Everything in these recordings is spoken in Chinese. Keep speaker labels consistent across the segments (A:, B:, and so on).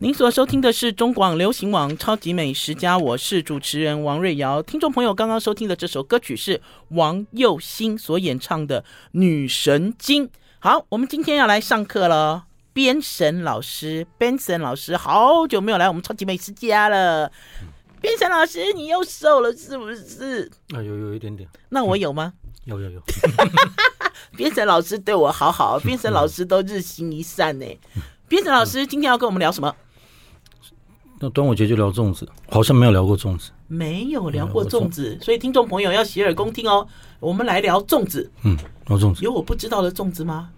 A: 您所收听的是中广流行网《超级美食家》，我是主持人王瑞瑶。听众朋友，刚刚收听的这首歌曲是王佑兴所演唱的《女神经》。好，我们今天要来上课了。边神老师，Benson 老师，好久没有来我们《超级美食家》了。边神老师，你又瘦了是不是？
B: 啊，有有一点点，
A: 那我有吗？
B: 有有有，
A: 边神老师对我好好，边神老师都日行一善呢。边神老师今天要跟我们聊什么？
B: 那端午节就聊粽子，好像没有聊过粽子。
A: 没有
B: 嗯
A: 聊过粽子，所以听众朋友要洗耳恭听哦。我们来聊粽子，
B: 嗯，聊粽子
A: 有我不知道的粽子吗？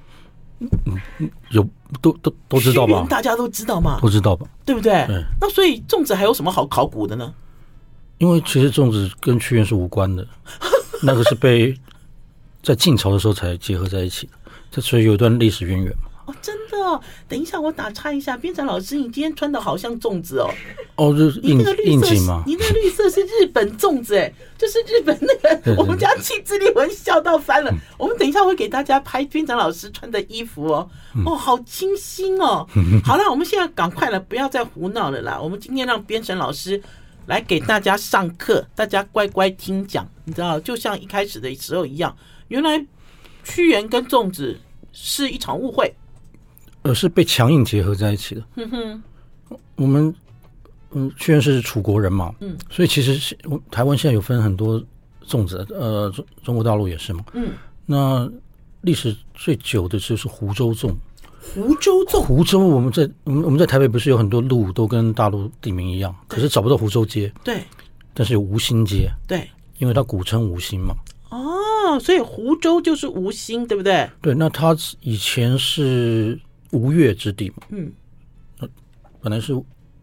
B: 有都都都知道
A: 屈原
B: 吧？嗯
A: 大家都知道嘛，
B: 都知道吧？
A: 对不对？
B: 对
A: 那所以粽子还有什么好考古的呢？
B: 因为其实粽子跟屈原是无关的，那个是 被在晋朝的时候才结合在一起的，这所以有一段历史渊源嘛。
A: 哦，真的、哦，等一下我打岔一下，边长老师，你今天穿的好像粽子哦，
B: 哦，就是
A: 你
B: 应
A: 那个绿
B: 应
A: 色
B: 景
A: 是
B: 嘛，，
A: 你那个绿色是日本粽子，哎， 就是日本那
B: 对嗯
A: 个，
B: 对
A: 我们家气质立文笑到翻了。我们等一下会给大家拍边长老师穿的衣服哦，
B: 嗯
A: 哦，好清新 哦。好了，我们现在赶快了，不要再胡闹了啦。我们今天让边神老师来给大家上课，大家乖乖听讲，你知道，就像一开始的时候一样，原来屈原跟粽子是一场误会。
B: 呃，是被强硬结合在一起的。
A: 哼嗯哼，
B: 我们嗯，屈原是楚国人嘛，嗯，所以其实是我台湾现在有分很多粽子，呃，中中国大陆也是嘛，
A: 嗯，
B: 那历史最久的就是湖州粽。
A: 湖州粽，
B: 湖州，我们在我们我们在台北不是有很多路都跟大陆地名一样，可是找不到湖州街，
A: 对
B: 但是有吴兴街，
A: 对。
B: 因为它古称吴兴嘛。
A: 哦，所以湖州就是吴兴，对不对？
B: 对，那它以前是吴越之地嘛，
A: 嗯，
B: 本来是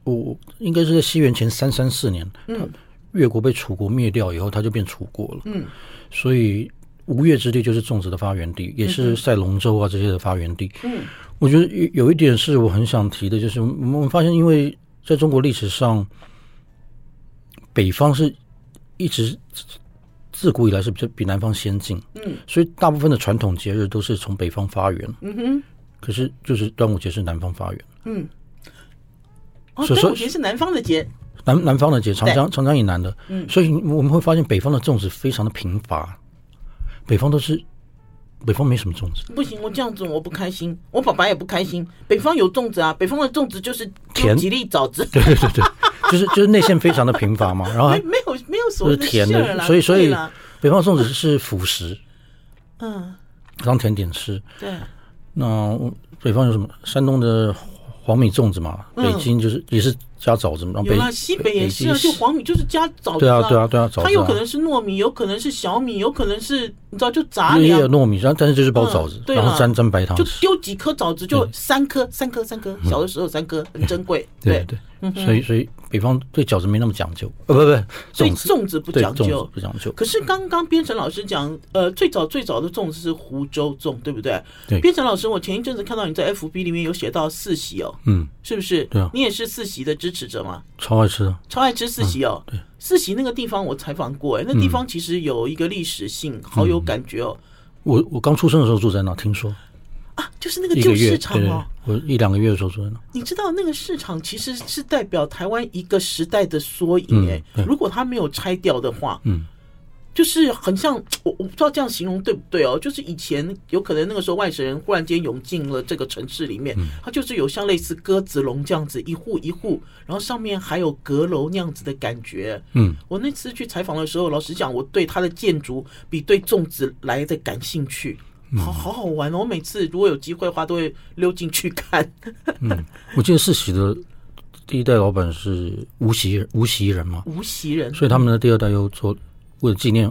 B: 我应该是在西元前三三四年，嗯，越国被楚国灭掉以后，它就变楚国了，
A: 嗯，
B: 所以吴越之地就是粽子的发源地，也是赛龙舟啊这些的发源地。
A: 嗯，
B: 我觉得有有一点是我很想提的，就是我们我们发现，因为在中国历史上，北方是一直自古以来是比较比南方先进，
A: 嗯，
B: 所以大部分的传统节日都是从北方发源，
A: 嗯哼，
B: 可是就是端午节是南方发源。
A: 嗯。哦，
B: 所以
A: 端午
B: 说
A: 节是南方的节，
B: 南南方的节，长
A: 对
B: 江长江以南的，
A: 嗯
B: 所以你我们会发现北方的粽子非常的贫乏，北方都是北方没什么粽子，
A: 不行，我这样子我不开心，我爸爸也不开心。北方有粽子啊，北方的粽子就是
B: 甜
A: 几粒枣子，
B: 对对对对，就是就是内馅非常的贫乏 嘛，然后
A: 没
B: 还
A: 没有没有所
B: 啊就
A: 谓
B: 是
A: 的
B: 甜
A: 馅儿
B: 的，
A: 啦
B: 所以所
A: 对
B: 以
A: 啦
B: 北方粽子是辅食
A: 嗯，
B: 当甜点吃。
A: 对，
B: 那我北方有什么？山东的黄米粽子嘛，
A: 嗯
B: 北京就是、也是加枣子嘛，然后
A: 有
B: 北
A: 啦，西北也是啊，
B: 北
A: 就
B: 京
A: 黄米就是加枣子
B: 对啊对啊对啊，枣
A: 它
B: 子
A: 有可
B: 啊。
A: 能是糯米，有可能是小米，有可能是啊你知道就杂
B: 也
A: 粮
B: 有，糯米，然后但是就是包
A: 嗯
B: 枣子，
A: 对
B: 然后
A: 啦
B: 沾沾白糖
A: 就
B: 吃。
A: 丢几颗枣子就
B: 对
A: 三颗，三颗三颗，小的时候三颗很珍贵，
B: 嗯对对，
A: 嗯
B: 所以所以北方对饺子没那么讲究，呃，不不，
A: 所以
B: 粽子
A: 粽子不
B: 对
A: 讲
B: 粽
A: 究
B: 子，不讲究，
A: 可是刚刚边晨老师讲，呃，最早最早的粽子是湖州粽，对不对？
B: 对
A: 边晨老师，我前一阵子看到你在 FB 里面有写到四喜哦，
B: 嗯，
A: 是不是？
B: 对啊
A: 你也是四喜的支持者吗？
B: 超爱吃的，啊
A: 超爱吃四喜
B: 嗯
A: 哦。四喜那个地方我采访过，哎，那地方其实有一个历史性，
B: 嗯
A: 好有感觉哦。
B: 我我刚出生的时候住在那，听说
A: 啊，就是那个
B: 一
A: 旧
B: 个月，
A: 市
B: 对
A: 场
B: 对，对
A: 哦，
B: 我一两个月的时候住在那，
A: 你知道那个市场其实是代表台湾一个时代的缩影哎、
B: 嗯对
A: 如果它没有拆掉的话，
B: 嗯，
A: 就是很像我我不知道这样形容对不对哦，就是以前有可能那个时候外省人忽然间涌进了这个城市里
B: 嗯
A: 面，它就是有像类似鸽子笼这样子一户一户，然后上面还有阁楼那样子的感觉。
B: 嗯，
A: 我那次去采访的时候，老实讲，我对它的建筑比对粽子来的感兴趣。
B: 嗯
A: 好好好玩哦！我每次如果有机会的话，都会溜进去看。
B: 我记得世喜的第一代老板是无锡人，无锡人嘛，
A: 无锡人，
B: 所以他们的第二代又做为了纪念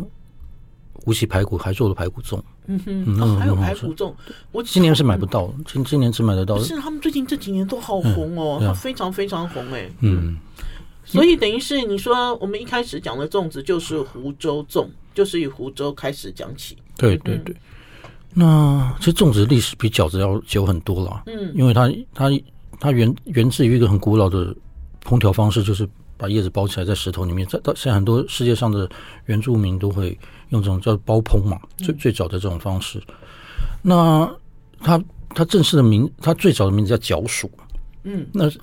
B: 无锡排骨，还做了排骨粽，
A: 嗯哼，
B: 嗯
A: 哦、还有
B: 很好
A: 排
B: 吃
A: 骨粽，我
B: 今年是买不到的，今今年只买得到
A: 不，是他们最近这几年都好红哦，
B: 对啊
A: 它非常非常红哎。
B: 嗯，
A: 所以等于是你说我们一开始讲的粽子就是湖州粽，就是以湖州开始讲起。
B: 对对
A: 嗯
B: 对。那其实粽子历史比饺子要久很多了，啊
A: 嗯
B: 因为它它它源源自于一个很古老的烹调方式，就是把叶子包起来在石头里面。在到现在很多世界上的原住民都会用这种叫包烹嘛，
A: 嗯
B: 最最早的这种方式。那它它正式的名，它最早的名字叫角黍。
A: 嗯
B: 那是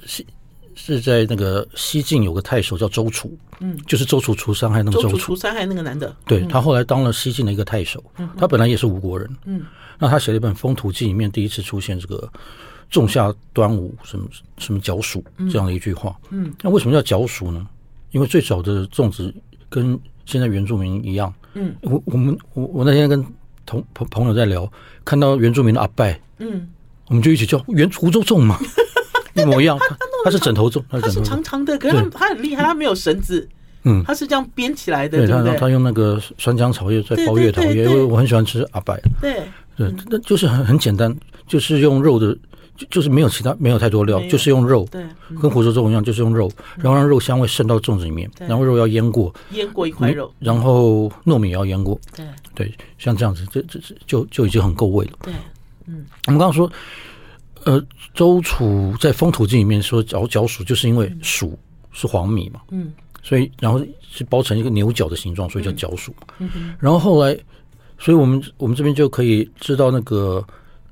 B: 是在那个西晋有个太守叫周楚，
A: 嗯，
B: 就是周楚除三害那个
A: 周
B: 周
A: 楚
B: 楚，
A: 除三害那个男的，
B: 对他后来当了西晋的一个太守，他本来也是吴国人，
A: 嗯，
B: 那他写了一本《风土记》，里面第一次出现这个“仲夏端午什么什么角黍”这样的一句话，
A: 嗯，
B: 那为什么叫角黍呢？因为最早的粽子跟现在原住民一样，
A: 嗯，
B: 我我们我我那天跟同朋朋友在聊，看到原住民的阿拜，
A: 嗯，
B: 我们就一起叫圆湖州粽 嘛，一模一样。它它是枕头粽，它
A: 他是
B: 是枕头粽
A: 长。长的，可是他他很厉害，他没有绳子，
B: 嗯
A: 他是这样编起来的，
B: 对，
A: 对
B: 他
A: 不
B: 他
A: 对？
B: 用那个酸浆草叶在包月桃
A: 对对
B: 叶，
A: 对
B: 因为我很喜欢吃阿白。
A: 对，
B: 对，那就是很很简单，就是用肉的，就就是没有其他没有太多料
A: 没，有
B: 就是用肉，
A: 对，嗯
B: 跟湖州粽一样，就是用肉，然后让肉香味渗到粽子里面，
A: 对
B: 然后肉要腌过，
A: 腌过一块肉，
B: 然后糯米也要腌过。
A: 对
B: 对，像这样子，这这这就就已经很够味了。
A: 对，
B: 我们刚刚说，呃，周楚在《风土记》里面说角角黍，就是因为黍是黄米嘛，
A: 嗯
B: 所以然后是包成一个牛角的形状，所以叫角黍嘛。
A: 嗯哼
B: 然后后来，所以我们我们这边就可以知道，那个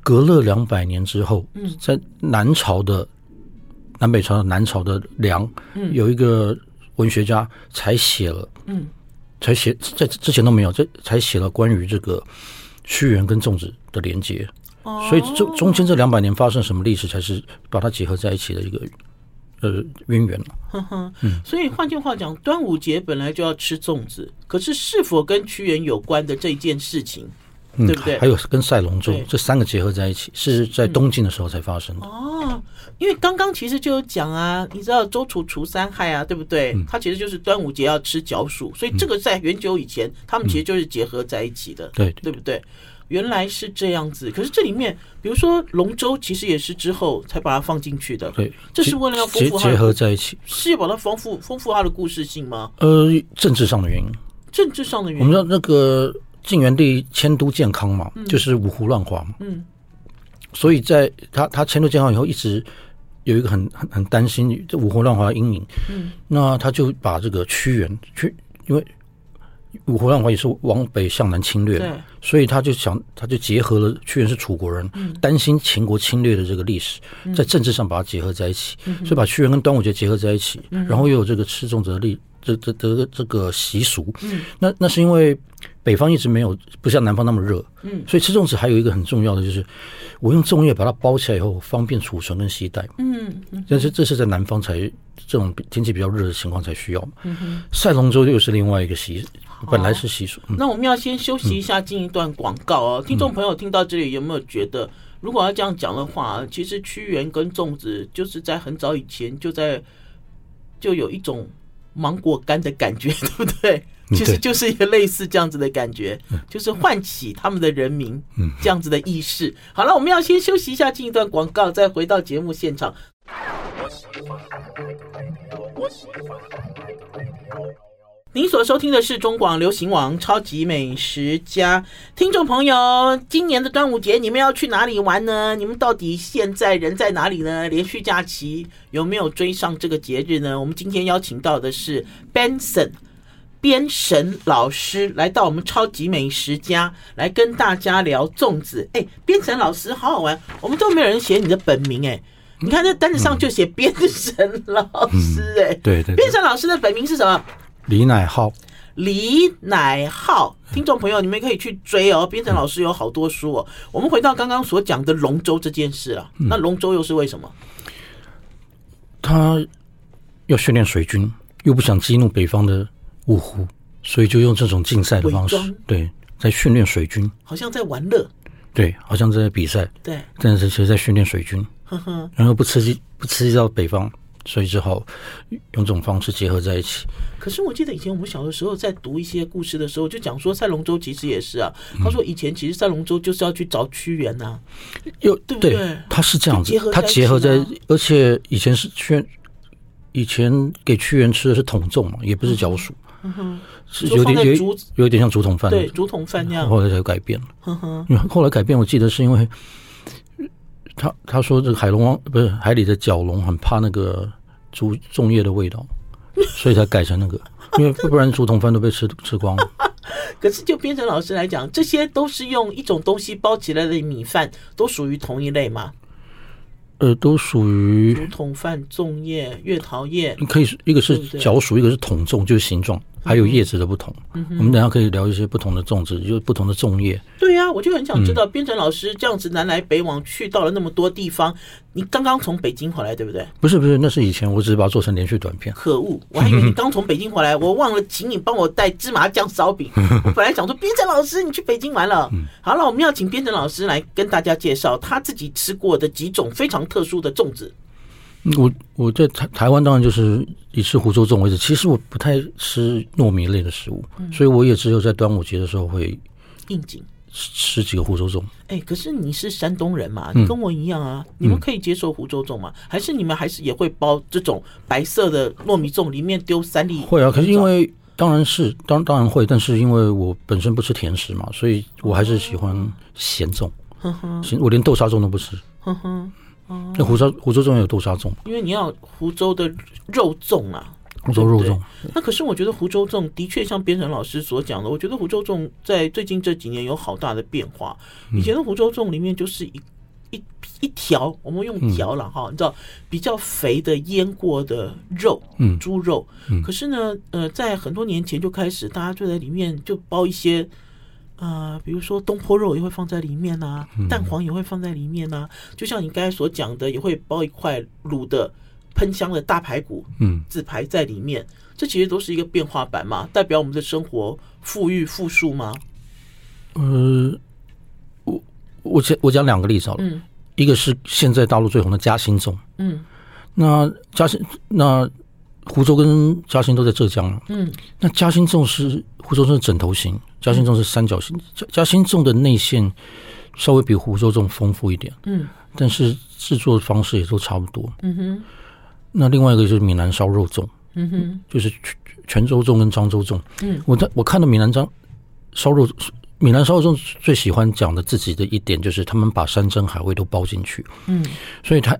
B: 隔了两百年之后，
A: 嗯
B: 在南朝的南北朝的南朝的梁，
A: 嗯
B: 有一个文学家才写了，
A: 嗯
B: 才写在之前都没有，这才写了关于这个屈原跟粽子的连接。
A: 哦，
B: 所以中中间这两百年发生什么历史，才是把它结合在一起的一个呃渊源了。
A: 哼哼，
B: 嗯
A: 所以换句话讲，端午节本来就要吃粽子，可是是否跟屈原有关的这一件事情，对不对
B: 还？有跟赛龙舟
A: 对嗯
B: 这三个结合在一起，是在东晋的时候才发生的。
A: 哦，因为刚刚其实就有讲啊，你知道周楚除三害啊，对不对？
B: 嗯
A: 它其实就是端午节要吃角黍，所以这个在远久以前，他们其实就是结合在一起的，
B: 对，
A: 对不对？原来是这样子，可是这里面，比如说龙舟，其实也是之后才把它放进去的，
B: 对，
A: 这是
B: 结
A: 为了要丰
B: 结
A: 富它
B: 结
A: 的
B: 合在一起。
A: 是要把它丰富丰富它的故事性吗？
B: 呃，政治上的原因，
A: 政治上的原
B: 我们
A: 因，
B: 知道那个晋元帝迁都建康嘛，就是五胡乱华嘛，
A: 嗯
B: 所以在他他迁都建康以后，一直有一个很很很担心这五胡乱华的阴影。
A: 嗯
B: 那他就把这个屈原屈，因为五胡乱华也是往北向南侵略嘛，
A: 对，
B: 所以他就想，他就结合了屈原是楚国人，
A: 嗯
B: 担心秦国侵略的这个历史，在政治上把它结合在一起，
A: 嗯
B: 所以把屈原跟端午节结合在一起，然后又有这个吃粽子的历这这这个这个习俗，
A: 嗯
B: 那那是因为北方一直没有不像南方那么热，
A: 嗯
B: 所以吃粽子还有一个很重要的就是，我用粽叶把它包起来以后，方便储存跟携带，
A: 嗯嗯
B: 但是这是在南方才这种天气比较热的情况才需要嘛，
A: 嗯哼。
B: 赛龙舟又是另外一个习，本来是习俗，嗯。
A: 那我们要先休息一下，进一段广告哦。听众朋友听到这里有没有觉得，如果要这样讲的话，其实屈原跟粽子就是在很早以前就在就有一种芒果干的感觉， 对不对？
B: 嗯
A: 其实
B: 对嗯
A: 就是一个类似这样子的感觉，就是唤起他们的人民这样子的意识。好了，我们要先休息一下，进一段广告，再回到节目现场。您所收听的是中广流行网《超级美食家》，听众朋友，今年的端午节你们要去哪里玩呢？你们到底现在人在哪里呢？连续假期有没有追上这个节日呢？我们今天邀请到的是 Benson 边神老师来到我们超级美食家来跟大家聊粽子。哎，边神老师好好玩，我们都没有人写你的本名哎。你看这单子上就写边神老师哎、
B: 嗯对对对
A: 边神老师的本名是什么？
B: 李乃浩，
A: 李乃浩，听众朋友，你们可以去追哦。边城老师有好多书哦。我们回到刚刚所讲的龙舟这件事啊，那龙舟又是为什么？
B: 他要训练水军，又不想激怒北方的五胡，所以就用这种竞赛的方式
A: 伪装，
B: 对，在训练水军，
A: 好像在玩乐，
B: 对，好像在比赛，
A: 对，
B: 但是其实在训练水军，
A: 呵呵，
B: 然后不刺激不刺激到北方，所以只好用这种方式结合在一起。
A: 可是我记得以前我们小的时候在读一些故事的时候，就讲说赛龙舟其实也是啊。他说以前其实赛龙舟就是要去找啊屈原呐、
B: 又
A: 对不对
B: 他是这样子
A: 就结合，在
B: 他结合在
A: 一起，
B: 而且以前是屈原，以前给屈原吃的是桶粽嘛，也
A: 嗯
B: 不是角黍，是
A: 就
B: 有
A: 放
B: 点
A: 在
B: 有
A: 竹
B: 有点像竹筒饭，
A: 对，竹筒饭那样，
B: 后来才改变了。
A: 呵呵，
B: 因为后来改变，我记得是因为他他说这个海龙王不是海里的角龙很怕那个竹粽叶的 味道，所以才改成那个，因为不然竹筒饭都被吃吃光了。
A: 可是就边城老师来讲，这些都是用一种东西包起来的米饭，都属于同一类嘛？
B: 呃，都属于
A: 竹筒饭、粽叶、月桃叶，
B: 可以是一个是
A: 对不对
B: 角属，一个是筒状，就是形状，还有叶子的不同。
A: 嗯
B: 我们等一下可以聊一些不同的种植，就是不同的粽叶。
A: 对呀、我就很想知道，编程老师这样子南来北往去到了那么多地方，你刚刚从北京回来，对不对？
B: 不是不是，那是以前我只是把它做成连续短片。
A: 可恶，我还以为你刚从北京回来，我忘了请你帮我带芝麻酱烧饼。我本来想说，编程老师你去北京玩了。好了，我们要请编程老师来跟大家介绍他自己吃过的几种非常特殊的粽子。
B: 嗯我我在台台湾当然就是以吃湖州粽为主，其实我不太吃糯米类的食物，
A: 嗯
B: 所以我也只有在端午节的时候会
A: 应景。
B: 吃吃几个湖州粽。
A: 哎，可是你是山东人嘛，你跟我一样啊，你们可以接受湖州粽吗？还是你们还是也会包这种白色的糯米粽，里面丢三粒？
B: 会啊，可是因为当然是当当然会，但是因为我本身不吃甜食嘛，所以我还是喜欢咸粽。
A: 哦
B: 咸，我连豆沙粽都 不吃。那湖州湖州粽也有豆沙粽，
A: 因为你要湖州的肉粽啊。
B: 湖州肉
A: 对
B: 粽。
A: 那可是我觉得湖州粽的确像边成老师所讲的，我觉得湖州粽在最近这几年有好大的变化。
B: 嗯
A: 以前的湖州粽里面就是一一一条，我们
B: 嗯
A: 用条了哈，你知道比较肥的腌过的肉，
B: 嗯
A: 猪肉。可是呢，呃，在很多年前就开始，大家就在里面就包一些。呃，比如说东坡肉也会放在里面呐、
B: 嗯
A: 蛋黄也会放在里面呐、就像你刚才所讲的，也会包一块卤的喷香的大排骨，
B: 嗯，
A: 字牌在里面，这其实都是一个变化版嘛，代表我们的生活富裕富庶吗？
B: 呃，我我讲我讲两个例子好了，
A: 嗯
B: 一个是现在大陆最红的嘉兴粽，
A: 嗯
B: 那嘉兴那湖州跟嘉兴都在浙江嘛，
A: 嗯
B: 那嘉兴粽是湖州粽是枕头形，嘉兴粽是三角形，嘉嘉兴粽的内馅稍微比湖州粽丰富一点，
A: 嗯
B: 但是制作方式也都差不多。
A: 嗯哼
B: 那另外一个就是闽南烧肉粽，
A: 嗯哼
B: 就是泉泉州粽跟漳州粽。
A: 嗯，
B: 我在我看到闽南漳烧肉，闽南烧肉粽最喜欢讲的自己的一点就是他们把山珍海味都包进去，
A: 嗯
B: 所以台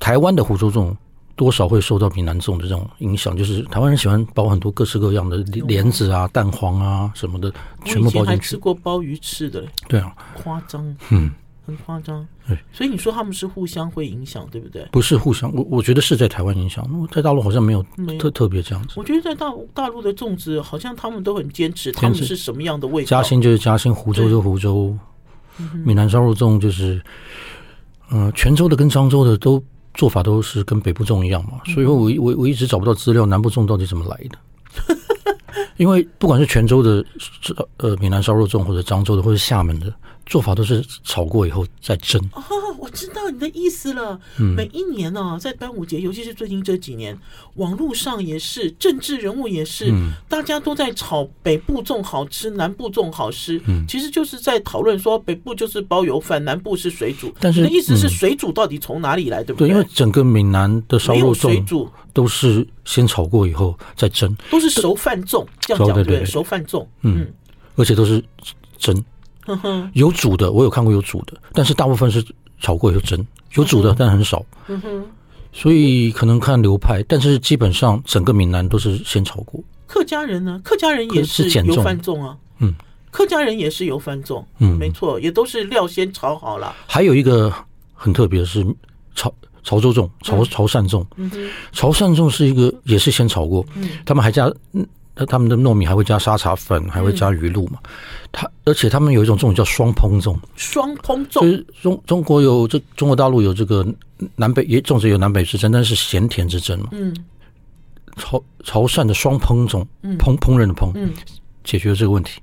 B: 台湾的湖州粽。多少会受到闽南粽的这种影响，就是台湾人喜欢包很多各式各样的莲子啊、蛋黄啊什么的，全
A: 我
B: 部
A: 以前
B: 包
A: 还
B: 进
A: 吃
B: 去。
A: 过鲍鱼翅的嘞，
B: 对啊，
A: 夸张，
B: 嗯，
A: 很夸张
B: 对。
A: 所以你说他们是互相会影响，对不对？
B: 不是互相，我我觉得是在台湾影响，在大陆好像没有
A: 没有
B: 特特别这样子。
A: 我觉得在大大陆的粽子，好像他们都很坚持，
B: 持
A: 他们是什么样的味道？
B: 嘉兴就是嘉兴，湖州就湖州，
A: 嗯
B: 闽南烧肉粽就是，呃，泉州的跟漳州的都做法都是跟北部粽一样嘛，
A: 嗯
B: 所以我一我我一直找不到资料，南部粽到底怎么来的？ 因为不管是泉州的呃闽南烧肉粽，或者漳州的，或者厦门的做法，都是炒过以后再蒸。
A: 哦，我知道你的意思了。
B: 嗯
A: 每一年呢、在端午节，尤其是最近这几年，网络上也是，政治人物也是，
B: 嗯
A: 大家都在炒北部粽好吃，南部粽好吃。
B: 嗯
A: 其实就是在讨论说，北部就是包油饭，南部是水煮。
B: 但是
A: 你的意思是
B: 嗯
A: 水煮到底从哪里来，对不
B: 对，
A: 对
B: 因为整个闽南的烧
A: 没
B: 肉
A: 有水
B: 粽
A: 煮，
B: 都是先炒过以后再蒸，
A: 都是熟饭粽，这样讲
B: 对
A: 对不
B: 对对
A: 熟饭粽。
B: 嗯，而且都是蒸。
A: 哼嗯哼，
B: 有煮的，我有看过有煮的，但是大部分是炒过以后蒸，有煮的但很少。
A: 嗯哼。
B: 所以可能看流派，但是基本上整个闽南都是先炒过。
A: 客家人呢？客家人也是
B: 是减
A: 油
B: 重
A: 饭粽啊。
B: 嗯。
A: 客家人也是油饭粽，
B: 嗯
A: 没错，也都是料先炒好了。
B: 还有一个很特别的是潮潮州粽、潮潮汕粽，
A: 嗯哼，
B: 潮汕粽是一个也是先炒过，他们还加嗯他们的糯米还会加沙茶粉，还会加
A: 嗯
B: 鱼露嘛。他而且他们有一种粽叫双烹粽，
A: 双烹
B: 就
A: 粽，
B: 是中中国有这中国大陆有这个南北也粽子有南北之争，但是咸甜之争嘛。
A: 嗯
B: 潮潮汕的双烹粽，烹烹饪的烹，
A: 嗯，
B: 解决了这个问题，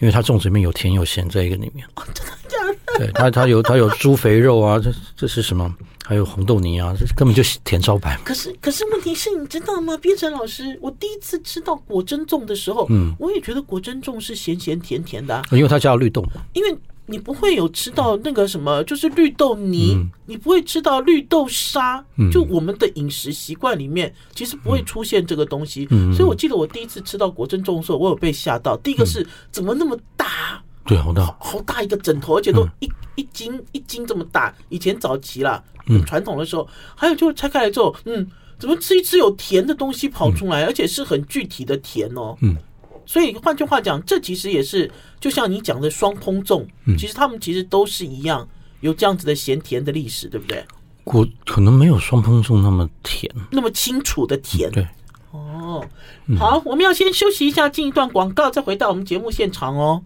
B: 因为它粽子里面有甜有咸在一个里面。
A: 哦这样
B: 对它，它有它有猪肥肉啊，这这是什么？还有红豆泥啊，这根本就是甜烧白。
A: 可是可是问题是你知道吗，编程老师，我第一次吃到果珍粽的时候，嗯，我也觉得果珍粽是咸咸甜甜的啊、
B: 因为它加了绿豆嘛，
A: 因为你不会有吃到那个什么，就是绿豆泥，你不会吃到绿豆沙。就我们的饮食习惯里面，其实不会出现这个东西。所以我记得我第一次吃到果珍粽的时候，我有被吓到。第一个是、怎么那么大，
B: 对，好大。
A: 好大一个枕头，而且都一、一斤一斤这么大。以前早期啦，传统的时候，还有就是拆开来之后，嗯，怎么吃一吃有甜的东西跑出来，而且是很具体的甜哦。
B: 嗯，
A: 所以换句话讲，这其实也是就像你讲的双烹粽，其实他们其实都是一样，有这样子的咸甜的历史，对不对？
B: 果可能没有双烹粽那么甜。
A: 那么清楚的甜。
B: 对，
A: 哦，
B: 嗯
A: 好，我们要先休息一下，进一段广告，再回到我们节目现场哦。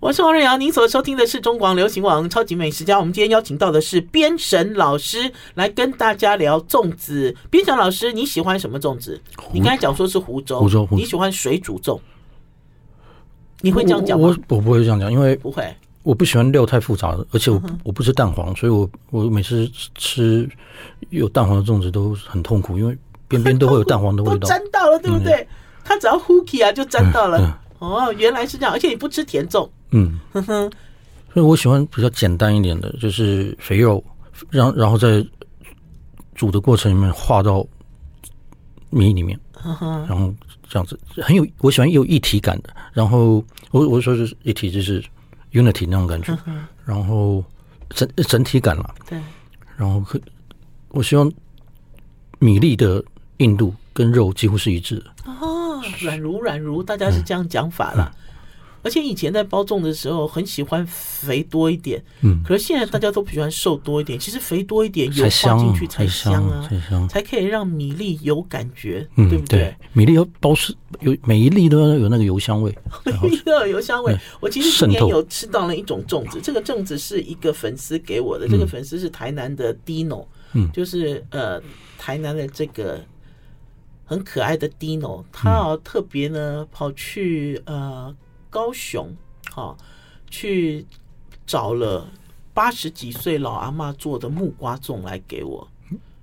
A: 我是王瑞瑶，您所收听的是中广流行网《超级美食家》。我们今天邀请到的是边神老师来跟大家聊粽子。边神老师，你喜欢什么粽子？你刚才讲说是湖州，
B: 湖州湖
A: 你喜欢水煮粽？你会这样讲
B: 我
A: 吗？
B: 我我不会这样讲，因为
A: 不会，
B: 我不喜欢料太复杂的，而且我、
A: 嗯
B: 我不吃蛋黄，所以我我每次吃有蛋黄的粽子都很痛苦，因为边边都会有蛋黄的味
A: 都
B: 道。嗯
A: 沾到了，对不对？它只要 hooky 啊，就沾到
B: 嗯嗯
A: 了。哦，原来是这样，而且你不吃甜粽，
B: 嗯，所以我喜欢比较简单一点的，就是肥肉，然然后在煮的过程里面化到米里面，
A: 嗯
B: 然后这样子很有我喜欢有一体感的。然后我我说是一体就是 unity 那种感
A: 嗯
B: 觉，然后整整体感了。
A: 对，
B: 然后可我希望米粒的硬度跟肉几乎是一致的。
A: 哦，软如软如，大家是这样讲法啦。
B: 嗯
A: 而且以前在包粽的时候，很喜欢肥多一点，
B: 嗯，
A: 可是现在大家都不喜欢瘦多一点。其实肥多一点，油
B: 才
A: 放进
B: 香
A: 去，才
B: 香
A: 啊，
B: 才香。
A: 才可以让米粒有感觉，
B: 嗯，
A: 对不对？
B: 米粒要包是有每一粒都要有那个油 香味，
A: 米粒都有油香味
B: 对。
A: 我其实今年
B: 嗯渗透
A: 有吃到了一种粽子，这个粽子是一个粉丝给我的，这个粉丝是台南的 Dino，
B: 嗯
A: 就是呃台南的这个很可爱的 Dino，他
B: 嗯
A: 哦特别呢跑去呃高雄，哦去找了八十几岁老阿嬷做的木瓜粽来给我，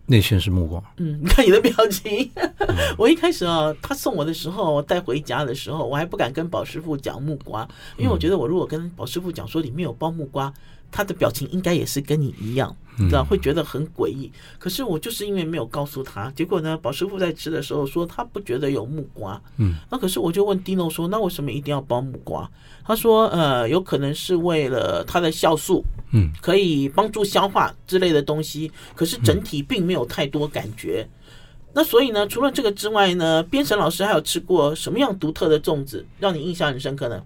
B: 内馅是木瓜，
A: 嗯， 你看你的表情。 我一开始啊，他送我的时候，我带回家的时候，我还不敢跟宝师傅讲木瓜，因为我觉得我如果跟宝师傅讲说里面有包木瓜，他的表情应该也是跟你一样，对吧？会觉得很诡异。可是我就是因为没有告诉他，结果呢，宝师傅在吃的时候说他不觉得有木瓜，
B: 嗯，
A: 那可是我就问 Dino 说，那为什么一定要包木瓜？他说，呃，有可能是为了它的酵素，
B: 嗯，
A: 可以帮助消化之类的东西，可是整体并没有太多感觉。那所以呢，除了这个之外呢，边神老师还有吃过什么样独特的粽子，让你印象很深刻呢？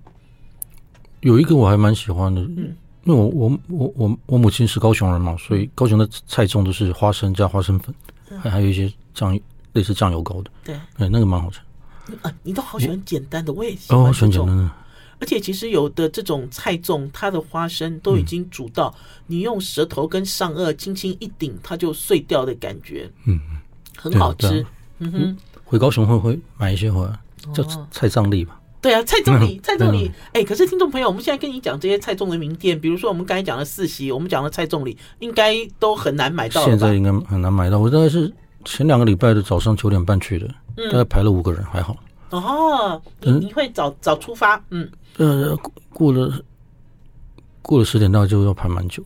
B: 有一个我还蛮喜欢的，嗯，因为我我我我我母亲是高雄人嘛，所以高雄的菜种都是花生加花生粉，
A: 嗯
B: 还还有一些酱类似酱油膏的，
A: 对
B: 哎，那个蛮好吃，
A: 啊，你都好喜欢简单的，我也喜
B: 哦，
A: 欢
B: 我
A: 这
B: 选简
A: 种。
B: 单的，
A: 而且其实有的这种菜粽，它的花生都已经煮到、你用舌头跟上颚轻轻一顶，它就碎掉的感觉，
B: 嗯，
A: 很
B: 对啊
A: 好
B: 对啊
A: 吃。嗯哼，
B: 回高雄会会买一些回来，叫
A: 哦
B: 菜藏粒吧，
A: 对 啊，菜粽里，
B: 嗯
A: 菜粽里
B: 嗯，
A: 哎、可是听众朋友，我们现在跟你讲这些菜粽的名店，比如说我们刚才讲的四喜，我们讲的菜粽里，应该都很难买到了
B: 现
A: 吧
B: 在？应该很难买到，我大概是前两个礼拜的早上九点半去的，大概
A: 嗯，
B: 排了五个人，还好。
A: 哦，你
B: 嗯
A: 你会早早出发，嗯，
B: 呃，过了过了十点到就要排蛮久，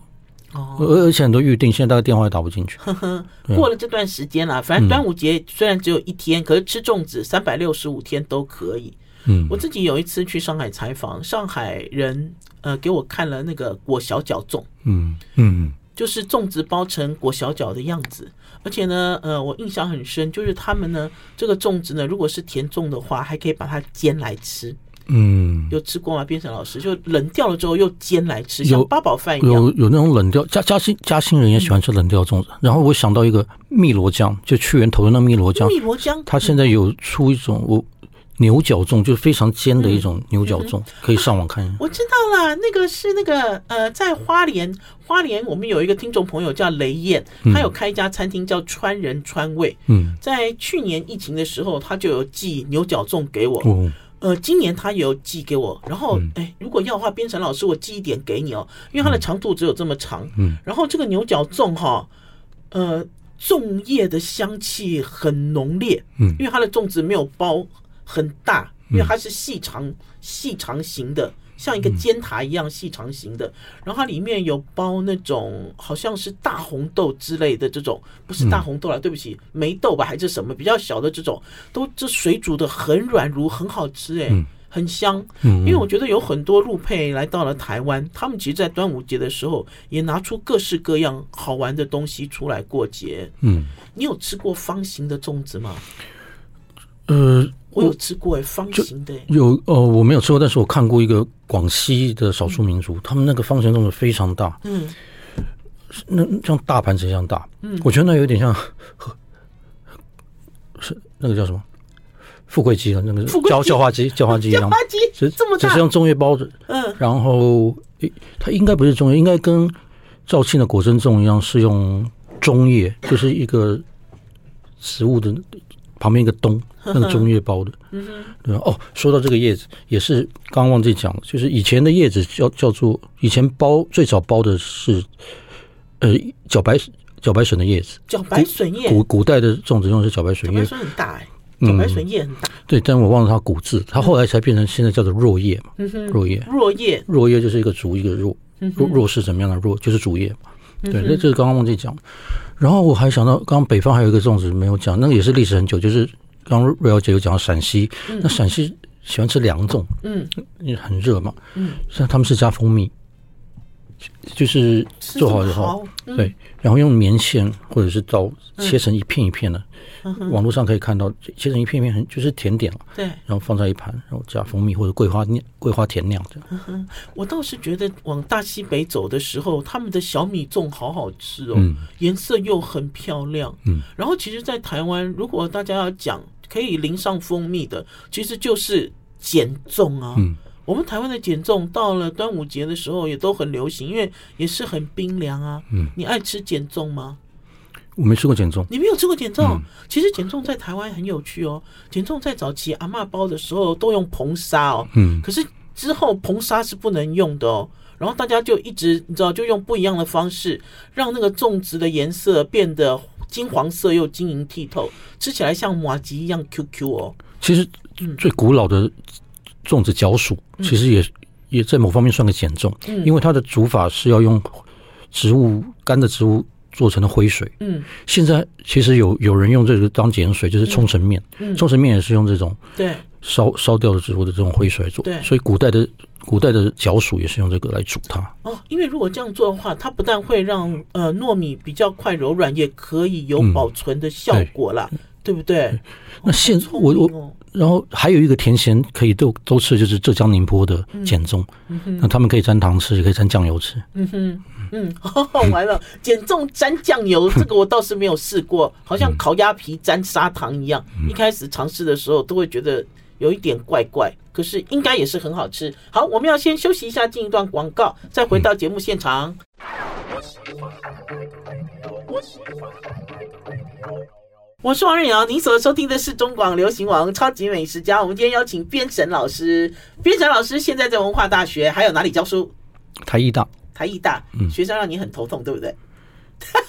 A: 哦，
B: 而而且很多预定，现在大概电话也打不进去。对啊
A: 过了这段时间啦，反正端午节虽然只有一天，可是吃粽子三百六十五天都可以。
B: 嗯
A: 我自己有一次去上海采访，上海人呃给我看了那个裹小脚粽。
B: 嗯嗯
A: 就是粽子包成裹小脚的样子，而且呢，呃，我印象很深，就是他们呢，这个粽子呢，如果是甜粽的话，还可以把它煎来吃。
B: 嗯，
A: 有吃过吗？边成老师，就冷掉了之后又煎来吃，
B: 有
A: 像八宝饭一样。
B: 有有那种冷调，嘉嘉兴嘉兴人也喜欢吃冷调粽子。然后我想到一个汨罗酱，就去源头的那汨罗酱，
A: 蜜罗浆，
B: 它现在有出一种我牛角粽，就是非常尖
A: 嗯
B: 的一种牛角粽，可以上网看一下。
A: 我知道啦，那个是那个呃，在花莲，花莲我们有一个听众朋友叫雷燕，他有开一家餐厅叫川人川味。
B: 嗯，
A: 在去年疫情的时候，他就有寄牛角粽给我，
B: 哦，
A: 呃，今年他也有寄给我，然后哎、如果要的话，边晨老师我寄一点给你哦，因为它的长度只有这么长。
B: 嗯，
A: 然后这个牛角粽哈、呃，粽叶的香气很浓烈，
B: 嗯
A: 因为它的粽子没有包很大，因为它是细长细长型的，像一
B: 嗯
A: 个尖塔一样细长型的。然后它里面有包那种好像是大红豆之类的这种，不是大红豆
B: 嗯
A: 啦，对不起，梅豆吧还是什么比较小的这种，都这水煮的很软如，很好吃哎、
B: 嗯
A: 很香。因为我觉得有很多路配来到了台湾，他们其实，在端午节的时候也拿出各式各样好玩的东西出来过节。
B: 嗯，
A: 你有吃过方形的粽子吗？
B: 呃，
A: 我有吃过哎、方形的、哎
B: 有呃，我没有吃过，但是我看过一个广西的少数民族，他们那个方形粽子非常大，
A: 嗯，
B: 那像大盘子一样大。嗯，我觉得那有点像，是那个叫什么？富贵鸡了，啊那个
A: 富贵
B: 叫
A: 鸡
B: 叫花鸡，叫花鸡一
A: 叫
B: 样
A: 花，鸡
B: 只
A: 这么
B: 只
A: 大
B: 是，用粽叶包着，
A: 嗯，
B: 然后诶它应该不是粽叶，应该跟肇庆的果珍粽一样，是用中叶，就是一个植物的旁边一个 冬，那个中叶包的。
A: 嗯
B: 对吧哦，说到这个叶子，也是刚刚忘记讲了，就是以前的叶子叫叫做以前包最早包的是呃茭白茭白笋的叶子，
A: 茭白笋叶，
B: 古古代的粽子用的是茭白笋
A: 茭
B: 叶
A: 白，笋很大哎、
B: 嗯
A: 茭白笋叶很大，
B: 对，但我忘了它古字，它后来才变成现在叫做弱叶嘛，
A: 嗯
B: 弱叶。
A: 若叶，
B: 弱叶就是一个竹，一个弱，
A: 嗯
B: 弱弱是怎么样的弱？就是竹叶嘛。对，那这个刚刚忘记讲。然后我还想到，刚刚北方还有一个粽子没有讲，那个也是历史很久，就是刚刚瑞瑶姐有讲到陕西，那陕西喜欢吃凉粽，
A: 嗯，
B: 因为很热嘛，嗯，像他们是加蜂蜜，就是
A: 吃
B: 做
A: 这
B: 好
A: 么
B: 以后，
A: 好，嗯
B: 对，然后用棉线或者是刀切成一片一片的，
A: 嗯
B: 网络上可以看到切成一片一片，很就是甜点了，
A: 对。
B: 然后放在一盘，然后加蜂蜜或者桂花酿、桂花甜酿这样。
A: 我倒是觉得往大西北走的时候，他们的小米粽好好吃哦，颜色又很漂亮。
B: 嗯，
A: 然后其实，在台湾，如果大家要讲可以淋上蜂蜜的，其实就是碱粽啊。
B: 嗯
A: 我们台湾的碱粽到了端午节的时候也都很流行，因为也是很冰凉啊。
B: 嗯，
A: 你爱吃碱粽吗？
B: 我没吃过减重，
A: 你没有吃过碱
B: 嗯
A: 粽？其实碱粽在台湾很有趣哦。碱粽在早期阿嬷包的时候都用硼砂哦，
B: 嗯，
A: 可是之后硼砂是不能用的哦。然后大家就一直你知道，就用不一样的方式，让那个粽子的颜色变得金黄色又晶莹剔透，吃起来像马吉一样 QQ 哦。
B: 其实
A: 嗯
B: 最古老的粽子角黍，其实也也在某方面算个减重，
A: 嗯
B: 因为它的煮法是要用植物干的植物做成的灰水。
A: 嗯，
B: 现在其实有有人用这个当碱水，就是
A: 嗯
B: 冲绳面，冲绳面也是用这种
A: 对，
B: 烧烧掉的植物的这种灰水来做
A: 对，
B: 所以古代的古代的角黍也是用这个来煮它。
A: 哦，因为如果这样做的话，它不但会让呃糯米比较快柔软，也可以有
B: 嗯
A: 保存的效果啦，对不对？
B: 那现
A: 好聪
B: 我
A: 明
B: 我
A: 哦
B: 然后还有一个甜咸可以都都吃，就是浙江宁波的碱粽，那他们可以沾糖吃，也可以沾酱油吃。
A: 嗯哼，嗯，好好玩了。减重沾酱油，这个我倒是没有试过，好像烤鸭皮沾砂糖一样。一开始尝试的时候都会觉得有一点怪怪，可是应该也是很好吃。好，我们要先休息一下，进一段广告，再回到节目现场。我是王瑞瑶，您所收听的是中广流行网《超级美食家》。我们今天邀请边神老师，边神老师现在在文化大学，还有哪里教书？
B: 台艺大
A: 台艺大，学生让你很头痛，对不对？
B: 嗯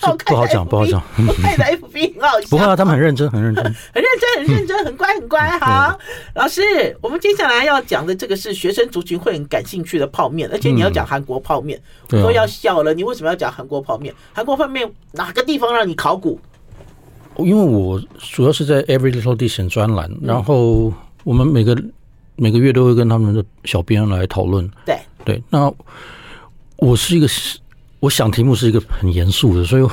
B: 这
A: 我看
B: 不好讲
A: FB
B: 不好讲
A: 我 看的 FB 很好笑，
B: 不会啊，他们很认真，很认真。
A: 很认真，很认真，很乖，很乖。
B: 嗯
A: 好，老师，我们接下来要讲的这个是学生族群会很感兴趣的泡面，而且你要讲韩国泡面，我
B: 对啊
A: 都要笑了。你为什么要讲韩国泡面？韩国泡面哪个地方让你考古？
B: 因为我主要是在 Every Little Dish 专栏，然后我们每个每个月都会跟他们的小编来讨论。
A: 对，
B: 对，那我是一个，我想题目是一个很严肃的，所以我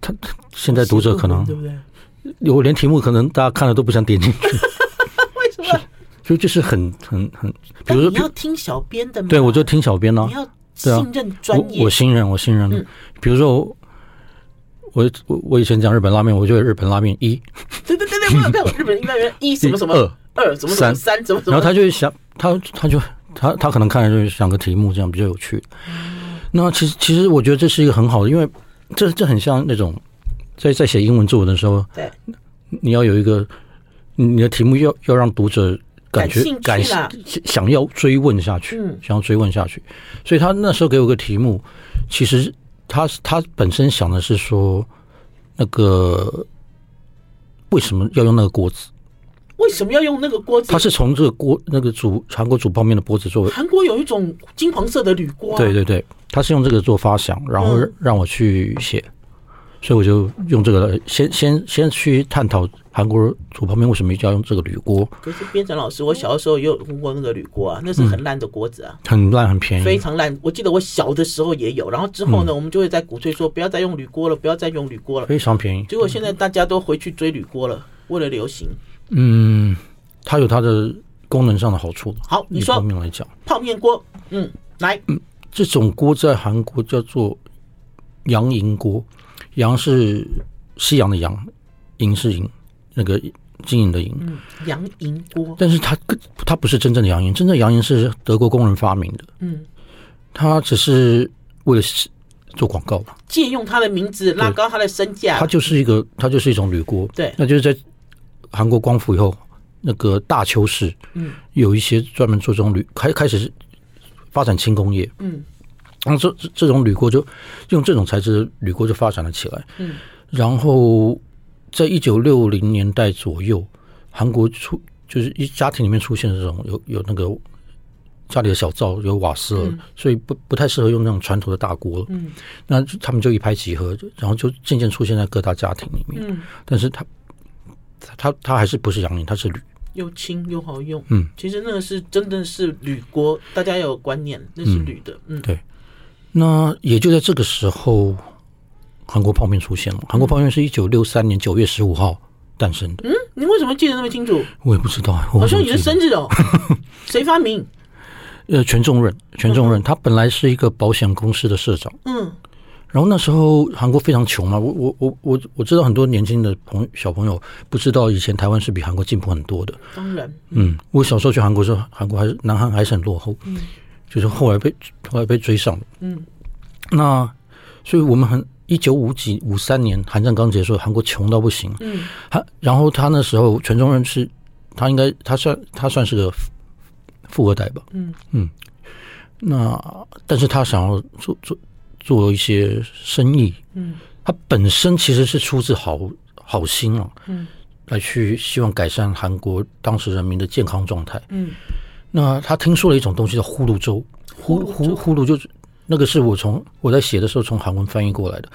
B: 他他现在读者可能
A: 对不对？
B: 我连题目可能大家看了都不想点进去，
A: 为什么？
B: 就就是很很很，比
A: 但
B: 如
A: 你
B: 说
A: 要，听小编的嘛，
B: 对我就听小编呢、
A: 你要
B: 对啊
A: 信任专
B: 我
A: 业
B: 我，信任，我信任。比如说我，我我我以前讲日本拉面，我觉得日本拉面一，
A: 对对对对，我有看过日本一般人一什么什么
B: 二
A: 二什么什么
B: 三
A: 三什么什
B: 然
A: 么
B: 后，他就会想，他他就他他可能看了就会想个题目，这样比较有趣。
A: 嗯
B: 那其实其实我觉得这是一个很好的，因为这这很像那种在在写英文作文的时候，
A: 对。
B: 你要有一个你的题目要要让读者感觉
A: 感
B: 感
A: 兴趣啦
B: 想要追问下去，
A: 嗯
B: 想要追问下去。所以他那时候给我个题目，其实他他本身想的是说那个。为什么要用那个锅子？
A: 为什么要用那个锅子？
B: 他是从这个锅那个煮韩国煮泡面的锅子作为
A: 韩国有一种金黄色的铝锅、啊，
B: 对，对对，他是用这个做发想，然后
A: 嗯
B: 让我去写，所以我就用这个来先先先去探讨韩国煮泡面为什么一定要用这个铝锅，
A: 可是编程老师，我小的时候也有用过那个铝锅啊，那
B: 嗯
A: 是很烂的锅子啊，
B: 很烂很便
A: 非
B: 宜。
A: 常烂。我记得我小的时候也有，然后之后呢，我们就会在鼓吹说不要再用铝锅了，不要再用铝
B: 嗯
A: 锅了。
B: 非常便宜，
A: 结果现在大家都回去追铝锅了，为了流行。
B: 嗯，它有它的功能上的好处。
A: 好你
B: 一
A: 说
B: 方面来讲，
A: 泡面锅，嗯，来，
B: 这种锅在韩国叫做羊银锅，羊是西洋的羊，银是银，那个金银的银。
A: 嗯，羊银锅，
B: 但是它更它不是真正的洋银，真正的洋银是德国工人发明的，
A: 嗯，
B: 它只是为了做广告吧。
A: 借用它的名字拉高它的身价
B: 它，就是一个，它就是一种铝锅。
A: 啊对
B: 那就是在韩国光复以后，那个大邱市，
A: 嗯，
B: 有一些专门做这种铝，开开始发展轻工业，
A: 嗯，
B: 然后这这这种铝锅就用这种材质的铝锅就发展了起来，
A: 嗯，
B: 然后在一九六零年代左右，韩国出就是一家庭里面出现这种有有那个。家里的小灶有瓦斯了，所以不不太适合用那种传统的大锅了。
A: 嗯，
B: 那就他们就一拍即合，就然后就渐渐出现在各大家庭里面。
A: 嗯，
B: 但是它它它它还是不是羊银，它是铝。
A: 又轻又好用，
B: 嗯，
A: 其实那个是真的是铝锅，大家有观念，那是铝的，嗯
B: 那也就在这个时候，韩国泡面出现了。韩国泡面是一九六三年九月十五号诞生的，
A: 你为什么记得那么清楚？
B: 我也不知道，啊我
A: 嗯好像你
B: 也
A: 的生 日哦，谁发明？
B: 呃全重任，全重任，他本来是一个保险公司的社长。
A: 嗯
B: 然后那时候韩国非常穷嘛，我我我我我知道很多年轻的朋友小朋友不知道以前台湾是比韩国进步很多的，
A: 当然，
B: 嗯，我小时候去韩国的时候，韩国还是南韩还是很落后，就是后来被后来被追上了。
A: 嗯，
B: 那所以我们很一九五几五三年韩战刚结束，韩国穷到不行，
A: 嗯
B: 他然后他那时候全中任是，他应该他算他算是个富富二代吧，
A: 嗯
B: 嗯，那但是他想要做做做一些生意，
A: 嗯
B: 他本身其实是出自好好心啊，
A: 嗯，
B: 来去希望改善韩国当时人民的健康状态。
A: 嗯，
B: 那他听说了一种东西叫呼噜粥，呼呼呼噜就是那个是我从我在写的时候从韩文翻译过来的，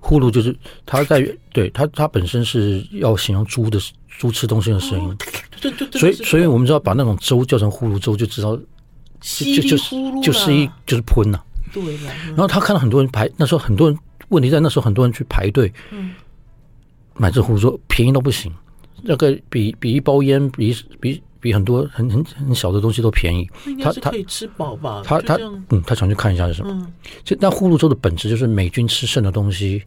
B: 呼噜就是他在对他他本身是要形容猪的猪吃东西的声音，
A: 对对对，
B: 所以
A: 哦是
B: 所以我们知道把那种粥叫成呼噜粥就知道就
A: 稀
B: 就
A: 里
B: 就是
A: 呼噜啦
B: 就是一就是喷呐、
A: 对了，嗯
B: 然后他看到很多人排，那时候很多人问题在那时候很多人去排队，
A: 嗯
B: 买这胡说便宜到不行，那个比比一包烟，比比比很多很很很小的东西都便宜。
A: 那应该是
B: 他
A: 可以吃饱吧？
B: 他
A: 就
B: 他
A: 这样
B: 嗯，他想去看一下是什么。
A: 嗯
B: 这但呼噜粥的本质就是美军吃剩的东西，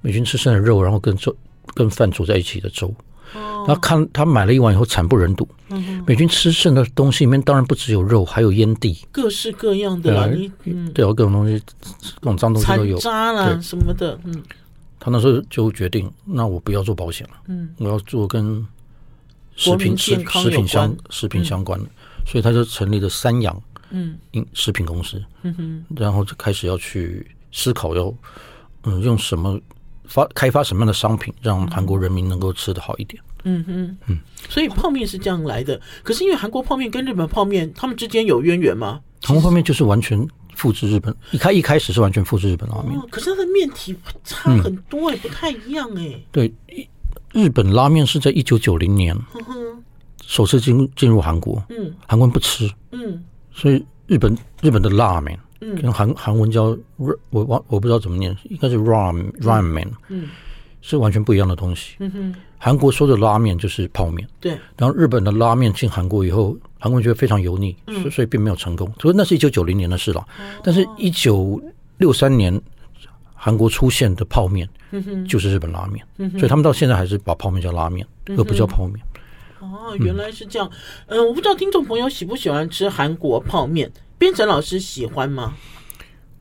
B: 美军吃剩的肉，然后跟粥跟饭煮在一起的粥。
A: 哦
B: 他看他买了一碗以后惨不忍睹，
A: 嗯哼，
B: 美军吃剩的东西里面当然不只有肉，还有烟蒂，
A: 各式各样的啦，
B: 对啊
A: 你嗯
B: 对、啊，各种东西，各种脏东西
A: 残
B: 都有。
A: 渣啦
B: 对
A: 什么的，嗯
B: 他那时候就决定，那我不要做保险了，
A: 嗯
B: 我要做跟食
A: 国民
B: 品食
A: 健康
B: 食品
A: 有
B: 相
A: 关
B: 食品相关的，所以他就成立了三洋
A: 嗯
B: 饮食品公司，
A: 嗯哼
B: 然后就开始要去思考要嗯用什么发开发什么样的商品，让韩国人民能够吃得好一点。
A: 嗯哼嗯，所以泡面是这样来的。可是因为韩国泡面跟日本泡面，他们之间有渊源吗？
B: 韩国方面就是完全复制日本，一开一开始是完全复制日本拉面，
A: 哦，可是它的面体差很多哎、不太一样哎、
B: 对，一日本拉面是在一九九零年
A: 哼哼，
B: 首次进入进入韩国，
A: 嗯
B: 韩国人不吃，
A: 嗯
B: 所以日本日本的拉面，
A: 嗯
B: 跟韩韩文叫 ra- 我忘我不知道怎么念，应该是 ram ramen，
A: 嗯
B: 是完全不一样的东西。
A: 嗯哼，
B: 韩国说的拉面就是泡面，
A: 对，
B: 然后日本的拉面进韩国以后，韩国人觉得非常油腻，
A: 嗯
B: 所以所以并没有成功。所以那是一九九零年的事
A: 哦
B: 了，但是一九六三年韩国出现的泡面
A: 嗯哼嗯
B: 就是日本拉面，所以他们到现在还是把泡面叫拉面，而不叫泡面。
A: 哦，原来是这样。嗯、我不知道听众朋友喜不喜欢吃韩国泡面，编程老师喜欢吗？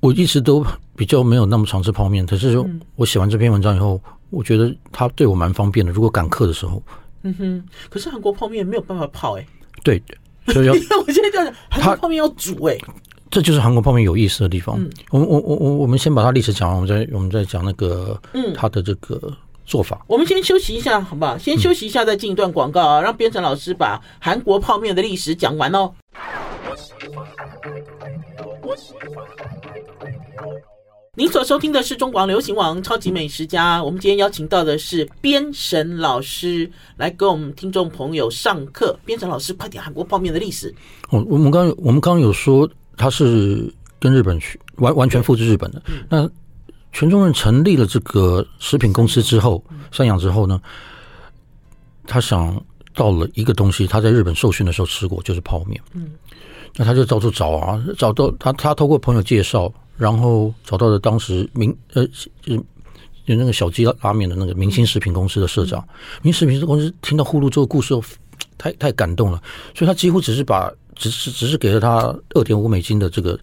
B: 我一直都比较没有那么常吃泡面，可是
A: 嗯
B: 我写完这篇文章以后，我觉得它对我蛮方便的。如果赶课的时候，
A: 嗯哼，可是韩国泡面没有办法泡哎、
B: 对，所以要
A: 我现在这样，韩国
B: 它
A: 泡面要煮哎、
B: 这就是韩国泡面有意思的地方。
A: 嗯
B: 我们我我我我们先把它历史讲完，我们再我们再讲那个
A: 嗯
B: 它的这个做法。
A: 我们先休息一下，好不好？先休息一下，再进一段广告
B: 嗯
A: 啊，让编程老师把韩国泡面的历史讲完哦。您所收听的是中广流行网《超级美食家》，我们今天邀请到的是编神老师来给我们听众朋友上课。编神老师，快点，韩国泡面的历史。
B: 我哦我们刚我们刚刚有说它是跟日本去完完全复制日本的。那全中任成立了这个食品公司之后，三养之后呢，他想到了一个东西，他在日本受训的时候吃过，就是泡面。嗯，那他就到处找啊，找到他他透过朋友介绍，然后找到了当时明呃就是有那个小鸡拉面的那个明星食品公司的社
A: 嗯
B: 长，明星食品公司听到呼噜这个故事后，太太感动了，所以他几乎只是把只是只是给了他二点五美金的这个。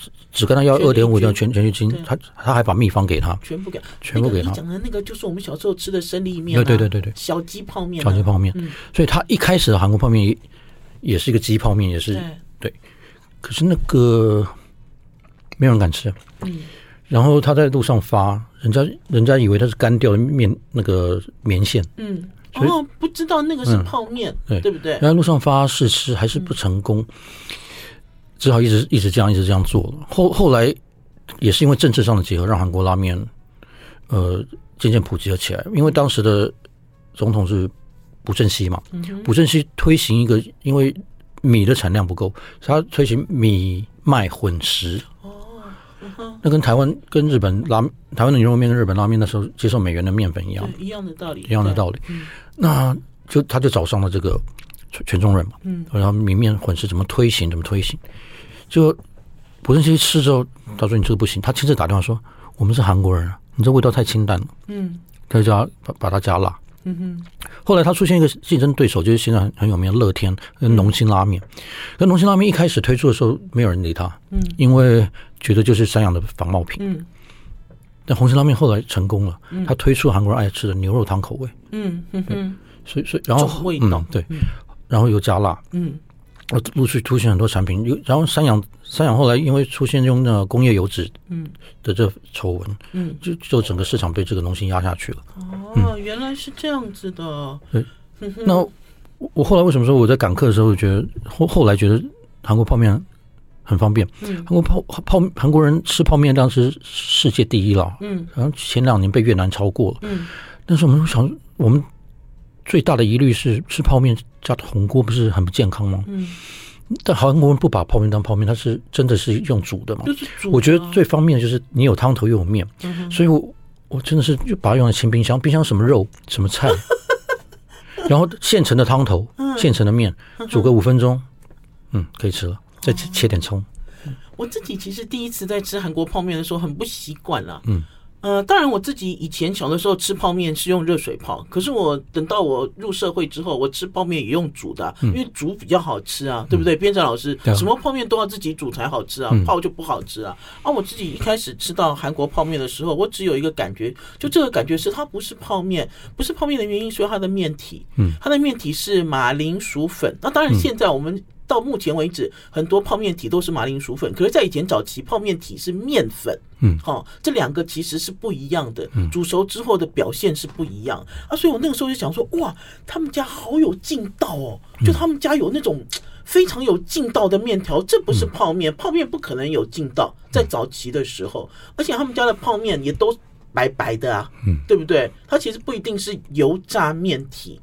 B: 只只跟他要
A: 权利
B: 二点五的
A: 金
B: 全权利金
A: 对，
B: 他他还把秘方给他，
A: 全部给他，
B: 全部给
A: 那个
B: 他
A: 你讲的那个就是我们小时候吃的生力面、啊，
B: 对对对对对
A: 小鸡泡面、啊，
B: 小鸡泡面。所以他一开始的韩国泡面也也是一个鸡泡面，也是
A: 对，
B: 可是那个没有人敢吃。然后他在路上发，人家人家以为他是干掉的面那个棉线，
A: 嗯，
B: 所以嗯
A: 哦，不知道那个是泡面，
B: 对
A: 对不对
B: 人？家路上发试吃还是不成功，只好一直一直这样一直这样做了。后后来也是因为政治上的结合，让韩国拉面呃渐渐普及了起来。因为当时的总统是朴正熙嘛，朴正熙推行一个，因为米的产量不够，他推行米麦混食。那跟台湾、跟日本拉台湾的牛肉面跟日本拉面那时候接受美元的面粉一样，
A: 对，一样的道理，
B: 一样的道理。那就他就找上了这个全全中人嘛，嗯，然后明面混是怎么推行，怎么推行，就朴正熙吃之后，他说你这个不行，他亲自打电话说我们是韩国人啊，你这味道太清淡了，嗯，他就加把把它加辣，嗯哼。后来他出现一个竞争对手，就是现在很很有名的乐天跟农心拉面，跟农心拉面一开始推出的时候没有人理他，嗯，因为觉得就是三洋的仿冒品，
A: 嗯。
B: 但红心拉面后来成功了，他推出韩国人爱吃的牛肉汤口味，
A: 嗯嗯嗯，
B: 所以所以然后
A: 重味道
B: 嗯对，然后又加辣，
A: 嗯，
B: 呃陆续出现很多产品，有然后三养三养后来因为出现用那工业油脂
A: 嗯
B: 的这丑闻，
A: 嗯，
B: 就就整个市场被这个农心压下去了。
A: 哦，原来是这样子的，嗯
B: 那我我后来为什么说我在赶课的时候我觉得后后来觉得韩国泡面很方便，
A: 嗯
B: 韩国泡泡韩国人吃泡面当时世界第一了，
A: 嗯
B: 然后前两年被越南超过了，
A: 嗯，
B: 但是我们想我们。最大的疑虑是吃泡面加红锅不是很不健康吗？
A: 嗯，
B: 但韩国人不把泡面当泡面，他是真的是用煮的嘛？
A: 就是煮的啊，
B: 我觉得最方便的就是你有汤头又有面，
A: 嗯哼
B: 所以我我真的是就把它用在清冰箱，冰箱什么肉什么 菜，然后现成的汤头、
A: 嗯
B: 现成的面煮个五分钟，嗯，可以吃了，再
A: 哦
B: 切切点葱，
A: 我自己其实第一次在吃韩国泡面的时候很不习惯啦。
B: 嗯，
A: 呃，当然我自己以前小的时候吃泡面是用热水泡，可是我等到我入社会之后，我吃泡面也用煮的啊、因为煮比较好吃啊，对不对？边长老师，
B: 嗯对啊嗯
A: 什么泡面都要自己煮才好吃啊，泡就不好吃啊。啊，我自己一开始吃到韩国泡面的时候，我只有一个感觉，就这个感觉是它不是泡面，不是泡面的原因是因为它的面体，嗯，它的面体是马铃薯粉。那
B: 嗯
A: 当然，现在我们到目前为止，很多泡面体都是马铃薯粉，可是，在以前早期，泡面体是面粉，
B: 嗯
A: 好、这两个其实是不一样的，煮熟之后的表现是不一样啊。所以我那个时候就想说，哇，他们家好有劲道哦，就他们家有那种。非常有劲道的面条，这不是泡面，泡面不可能有劲道。在早期的时候，而且他们家的泡面也都白白的啊，对不对？它其实不一定是油炸面体，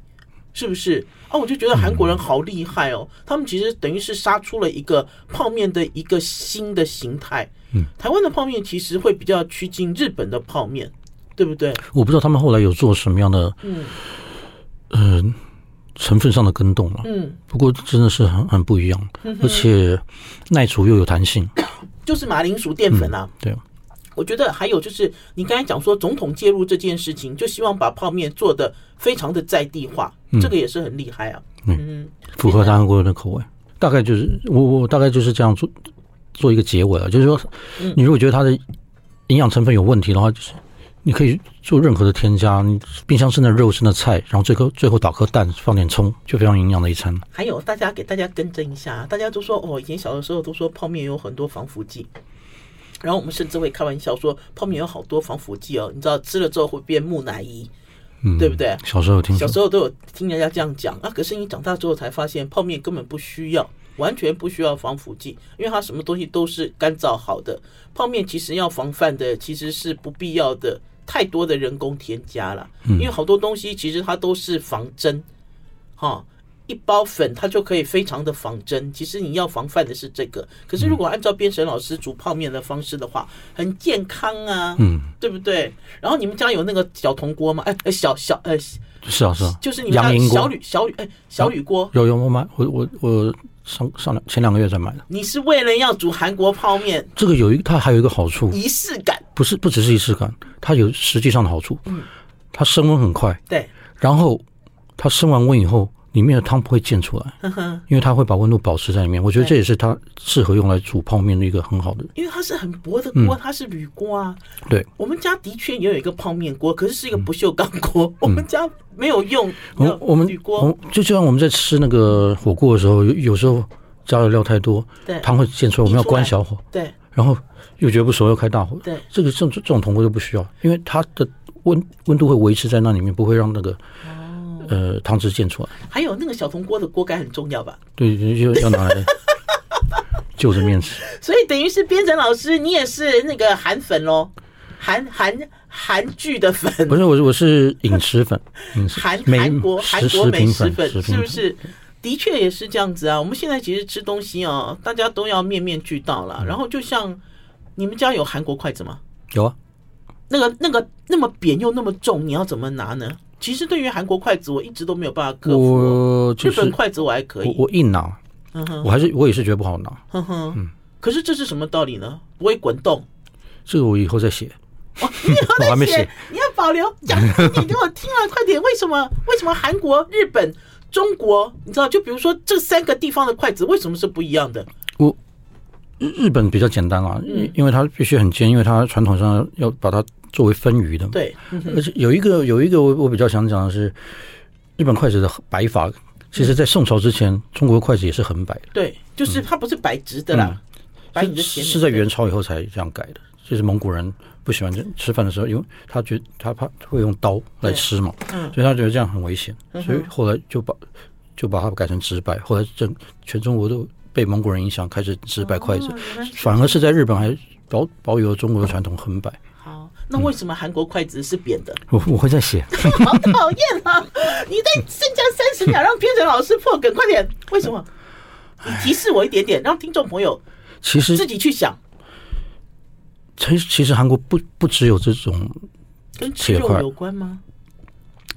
A: 是不是？啊，我就觉得韩国人好厉害哦，他们其实等于是杀出了一个泡面的一个新的形态。嗯，台湾的泡面其实会比较趋近日本的泡面，对不对？
B: 我不知道他们后来有做什么样的，
A: 嗯
B: 呃，成分上的跟动了，
A: 嗯，
B: 不过真的是很很不一样，而且耐煮又有弹性，
A: 就是马铃薯淀粉啊，
B: 对，
A: 我觉得还有就是，你刚才讲说总统介入这件事情，就希望把泡面做得非常的在地化，这个也是很厉害啊。
B: 符合韩国人的口味。大概就是我我大概就是这样做做一个结尾啊，就是说，
A: 嗯
B: 你如果觉得它的营养成分有问题的话，就是你可以做任何的添加，你冰箱剩的肉剩的菜，然后最后最后打颗蛋，放点葱，就非常营养的一餐。
A: 还有大家给大家更正一下，大家都说哦，以前小的时候都说泡面有很多防腐剂，然后我们甚至会开玩笑说泡面有好多防腐剂哦，你知道吃了之后会变木乃伊，
B: 嗯，
A: 对不对？
B: 小时候有听
A: 小
B: 说，
A: 时候都有听人家这样讲啊，可是你长大之后才发现，泡面根本不需要，完全不需要防腐剂，因为它什么东西都是干燥好的。泡面其实要防范的其实是不必要的太多的人工添加了，
B: 嗯
A: 因为好多东西其实它都是仿真，哈。一包粉它就可以非常的仿真，其实你要防范的是这个。可是如果按照边神老师煮泡面的方式的话，很健康啊，
B: 嗯，
A: 对不对？然后你们家有那个小铜锅吗？哎，哎小小呃
B: 是啊是啊，
A: 就是你们家
B: 杨银锅
A: 小铝小铝哎小铝锅，
B: 有有我买我我我上上两前两个月才买的。
A: 你是为了要煮韩国泡面，
B: 这个有一它还有一个好处，
A: 仪式感
B: 不是不只是仪式感，它有实际上的好处。
A: 嗯
B: 它升温很快，
A: 对，
B: 然后它升完温以后，里面的汤不会溅出 来，
A: 呵呵，
B: 因为它会把温度保持在里面。我觉得
A: 对
B: 这也是它适合用来煮泡面的一个很好的。
A: 因为它是很薄的
B: 嗯
A: 锅，它是铝锅啊。
B: 对，
A: 我们家的确也有一个泡面锅，可是是一个不锈钢锅，我们家没有用
B: 嗯我
A: 那
B: 我们
A: 铝
B: 我
A: 锅，
B: 们就就像我们在吃那个火锅的时候，有有时候加的料太多，
A: 对
B: 汤会溅出来，我们要关小火，
A: 对
B: 然后又觉得不熟，要开大火。
A: 对
B: 这个这种这种铜锅就不需要，因为它的温温度会维持在那里面，不会让那个
A: 哦
B: 呃汤汁溅出来。
A: 还有那个小铜锅的锅盖很重要吧？
B: 对，就就要拿 来就着面吃。
A: 所以等于是编程老师，你也是那个韩粉喽，韩韩韩剧的粉，
B: 不是，我是我是饮 食粉，饮食
A: 韩
B: 美
A: 韩国韩
B: 食
A: 国
B: 食
A: 美
B: 品
A: 食
B: 粉，
A: 粉是
B: 食品
A: 不
B: 粉。
A: 是？的确也是这样子啊。我们现在其实吃东西哦，大家都要面面俱到
B: 嗯
A: 啦。然后就像你们家有韩国筷子吗？
B: 有啊，
A: 那个那个那么扁又那么重，你要怎么拿呢？其实对于韩国筷子，我一直都没有办法克服。
B: 我
A: 日
B: 就
A: 本
B: 是
A: 筷子我还可
B: 我
A: 以，
B: 我硬拿，
A: 嗯哼
B: 我还是我也是觉得不好拿。
A: 哼
B: 嗯
A: 哼。可是这是什么道理呢？不会滚动。
B: 这个我以后再写，
A: 哦， 你以后
B: 我还
A: 再
B: 没
A: 写
B: 写，
A: 你要保留讲，你给我听啊，快点！为什么？为什么韩国、日本、中国，你知道？就比如说这三个地方的筷子为什么是不一样的？
B: 我日日本比较简单啊，
A: 嗯
B: 因因为它必须很尖，因为它传统上要把它作为分鱼的。，
A: 对，嗯
B: 而且有一个有一个我我比较想讲的是，日本筷子的摆法，其实在宋朝之前，中国筷子也是很摆的，
A: 对，就是它不是白直的啦，摆你的
B: 是
A: 前面
B: 嗯是在元朝以后才这样改的。就是蒙古人不喜欢这吃饭的时候，因为他觉他怕会用刀来吃嘛，
A: 嗯
B: 所以他觉得这样很危险，
A: 嗯哼
B: 所以后来就把就把它改成直摆。后来整全中国都被蒙古人影响，开始直摆筷子。
A: 哦原来是
B: 反而是在日本还保保有中国的传统横摆。
A: 好，那为什么韩国筷子是扁 的？
B: 我我会 再写，
A: 好讨厌啊！你再剩下三十秒，让编程老师破梗，快点！为什么？你提示我一点点，让听众朋友
B: 其实
A: 自己去想，
B: 其实其实韩国不不只有这种
A: 跟吃
B: 铁
A: 肉
B: 块
A: 有关吗？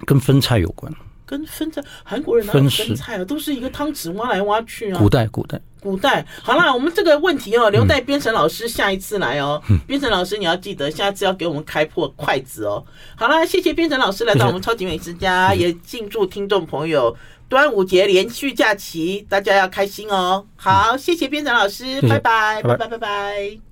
B: 跟分菜有关，
A: 跟分菜，韩国人哪有
B: 分食
A: 分菜啊？都是一个汤匙挖来挖去啊。
B: 古代古代
A: 古代，好啦，我们这个问题
B: 嗯
A: 哦，留待编程老师下一次来哦。编程老师，你要记得下次要给我们开破筷子哦。好啦，谢谢编程老师来到我们超级美食家，也敬祝听众朋友端午节连续假期，大家要开心哦。好，谢谢编程老师，
B: 谢谢
A: 拜拜，
B: 拜拜
A: 拜拜，拜拜。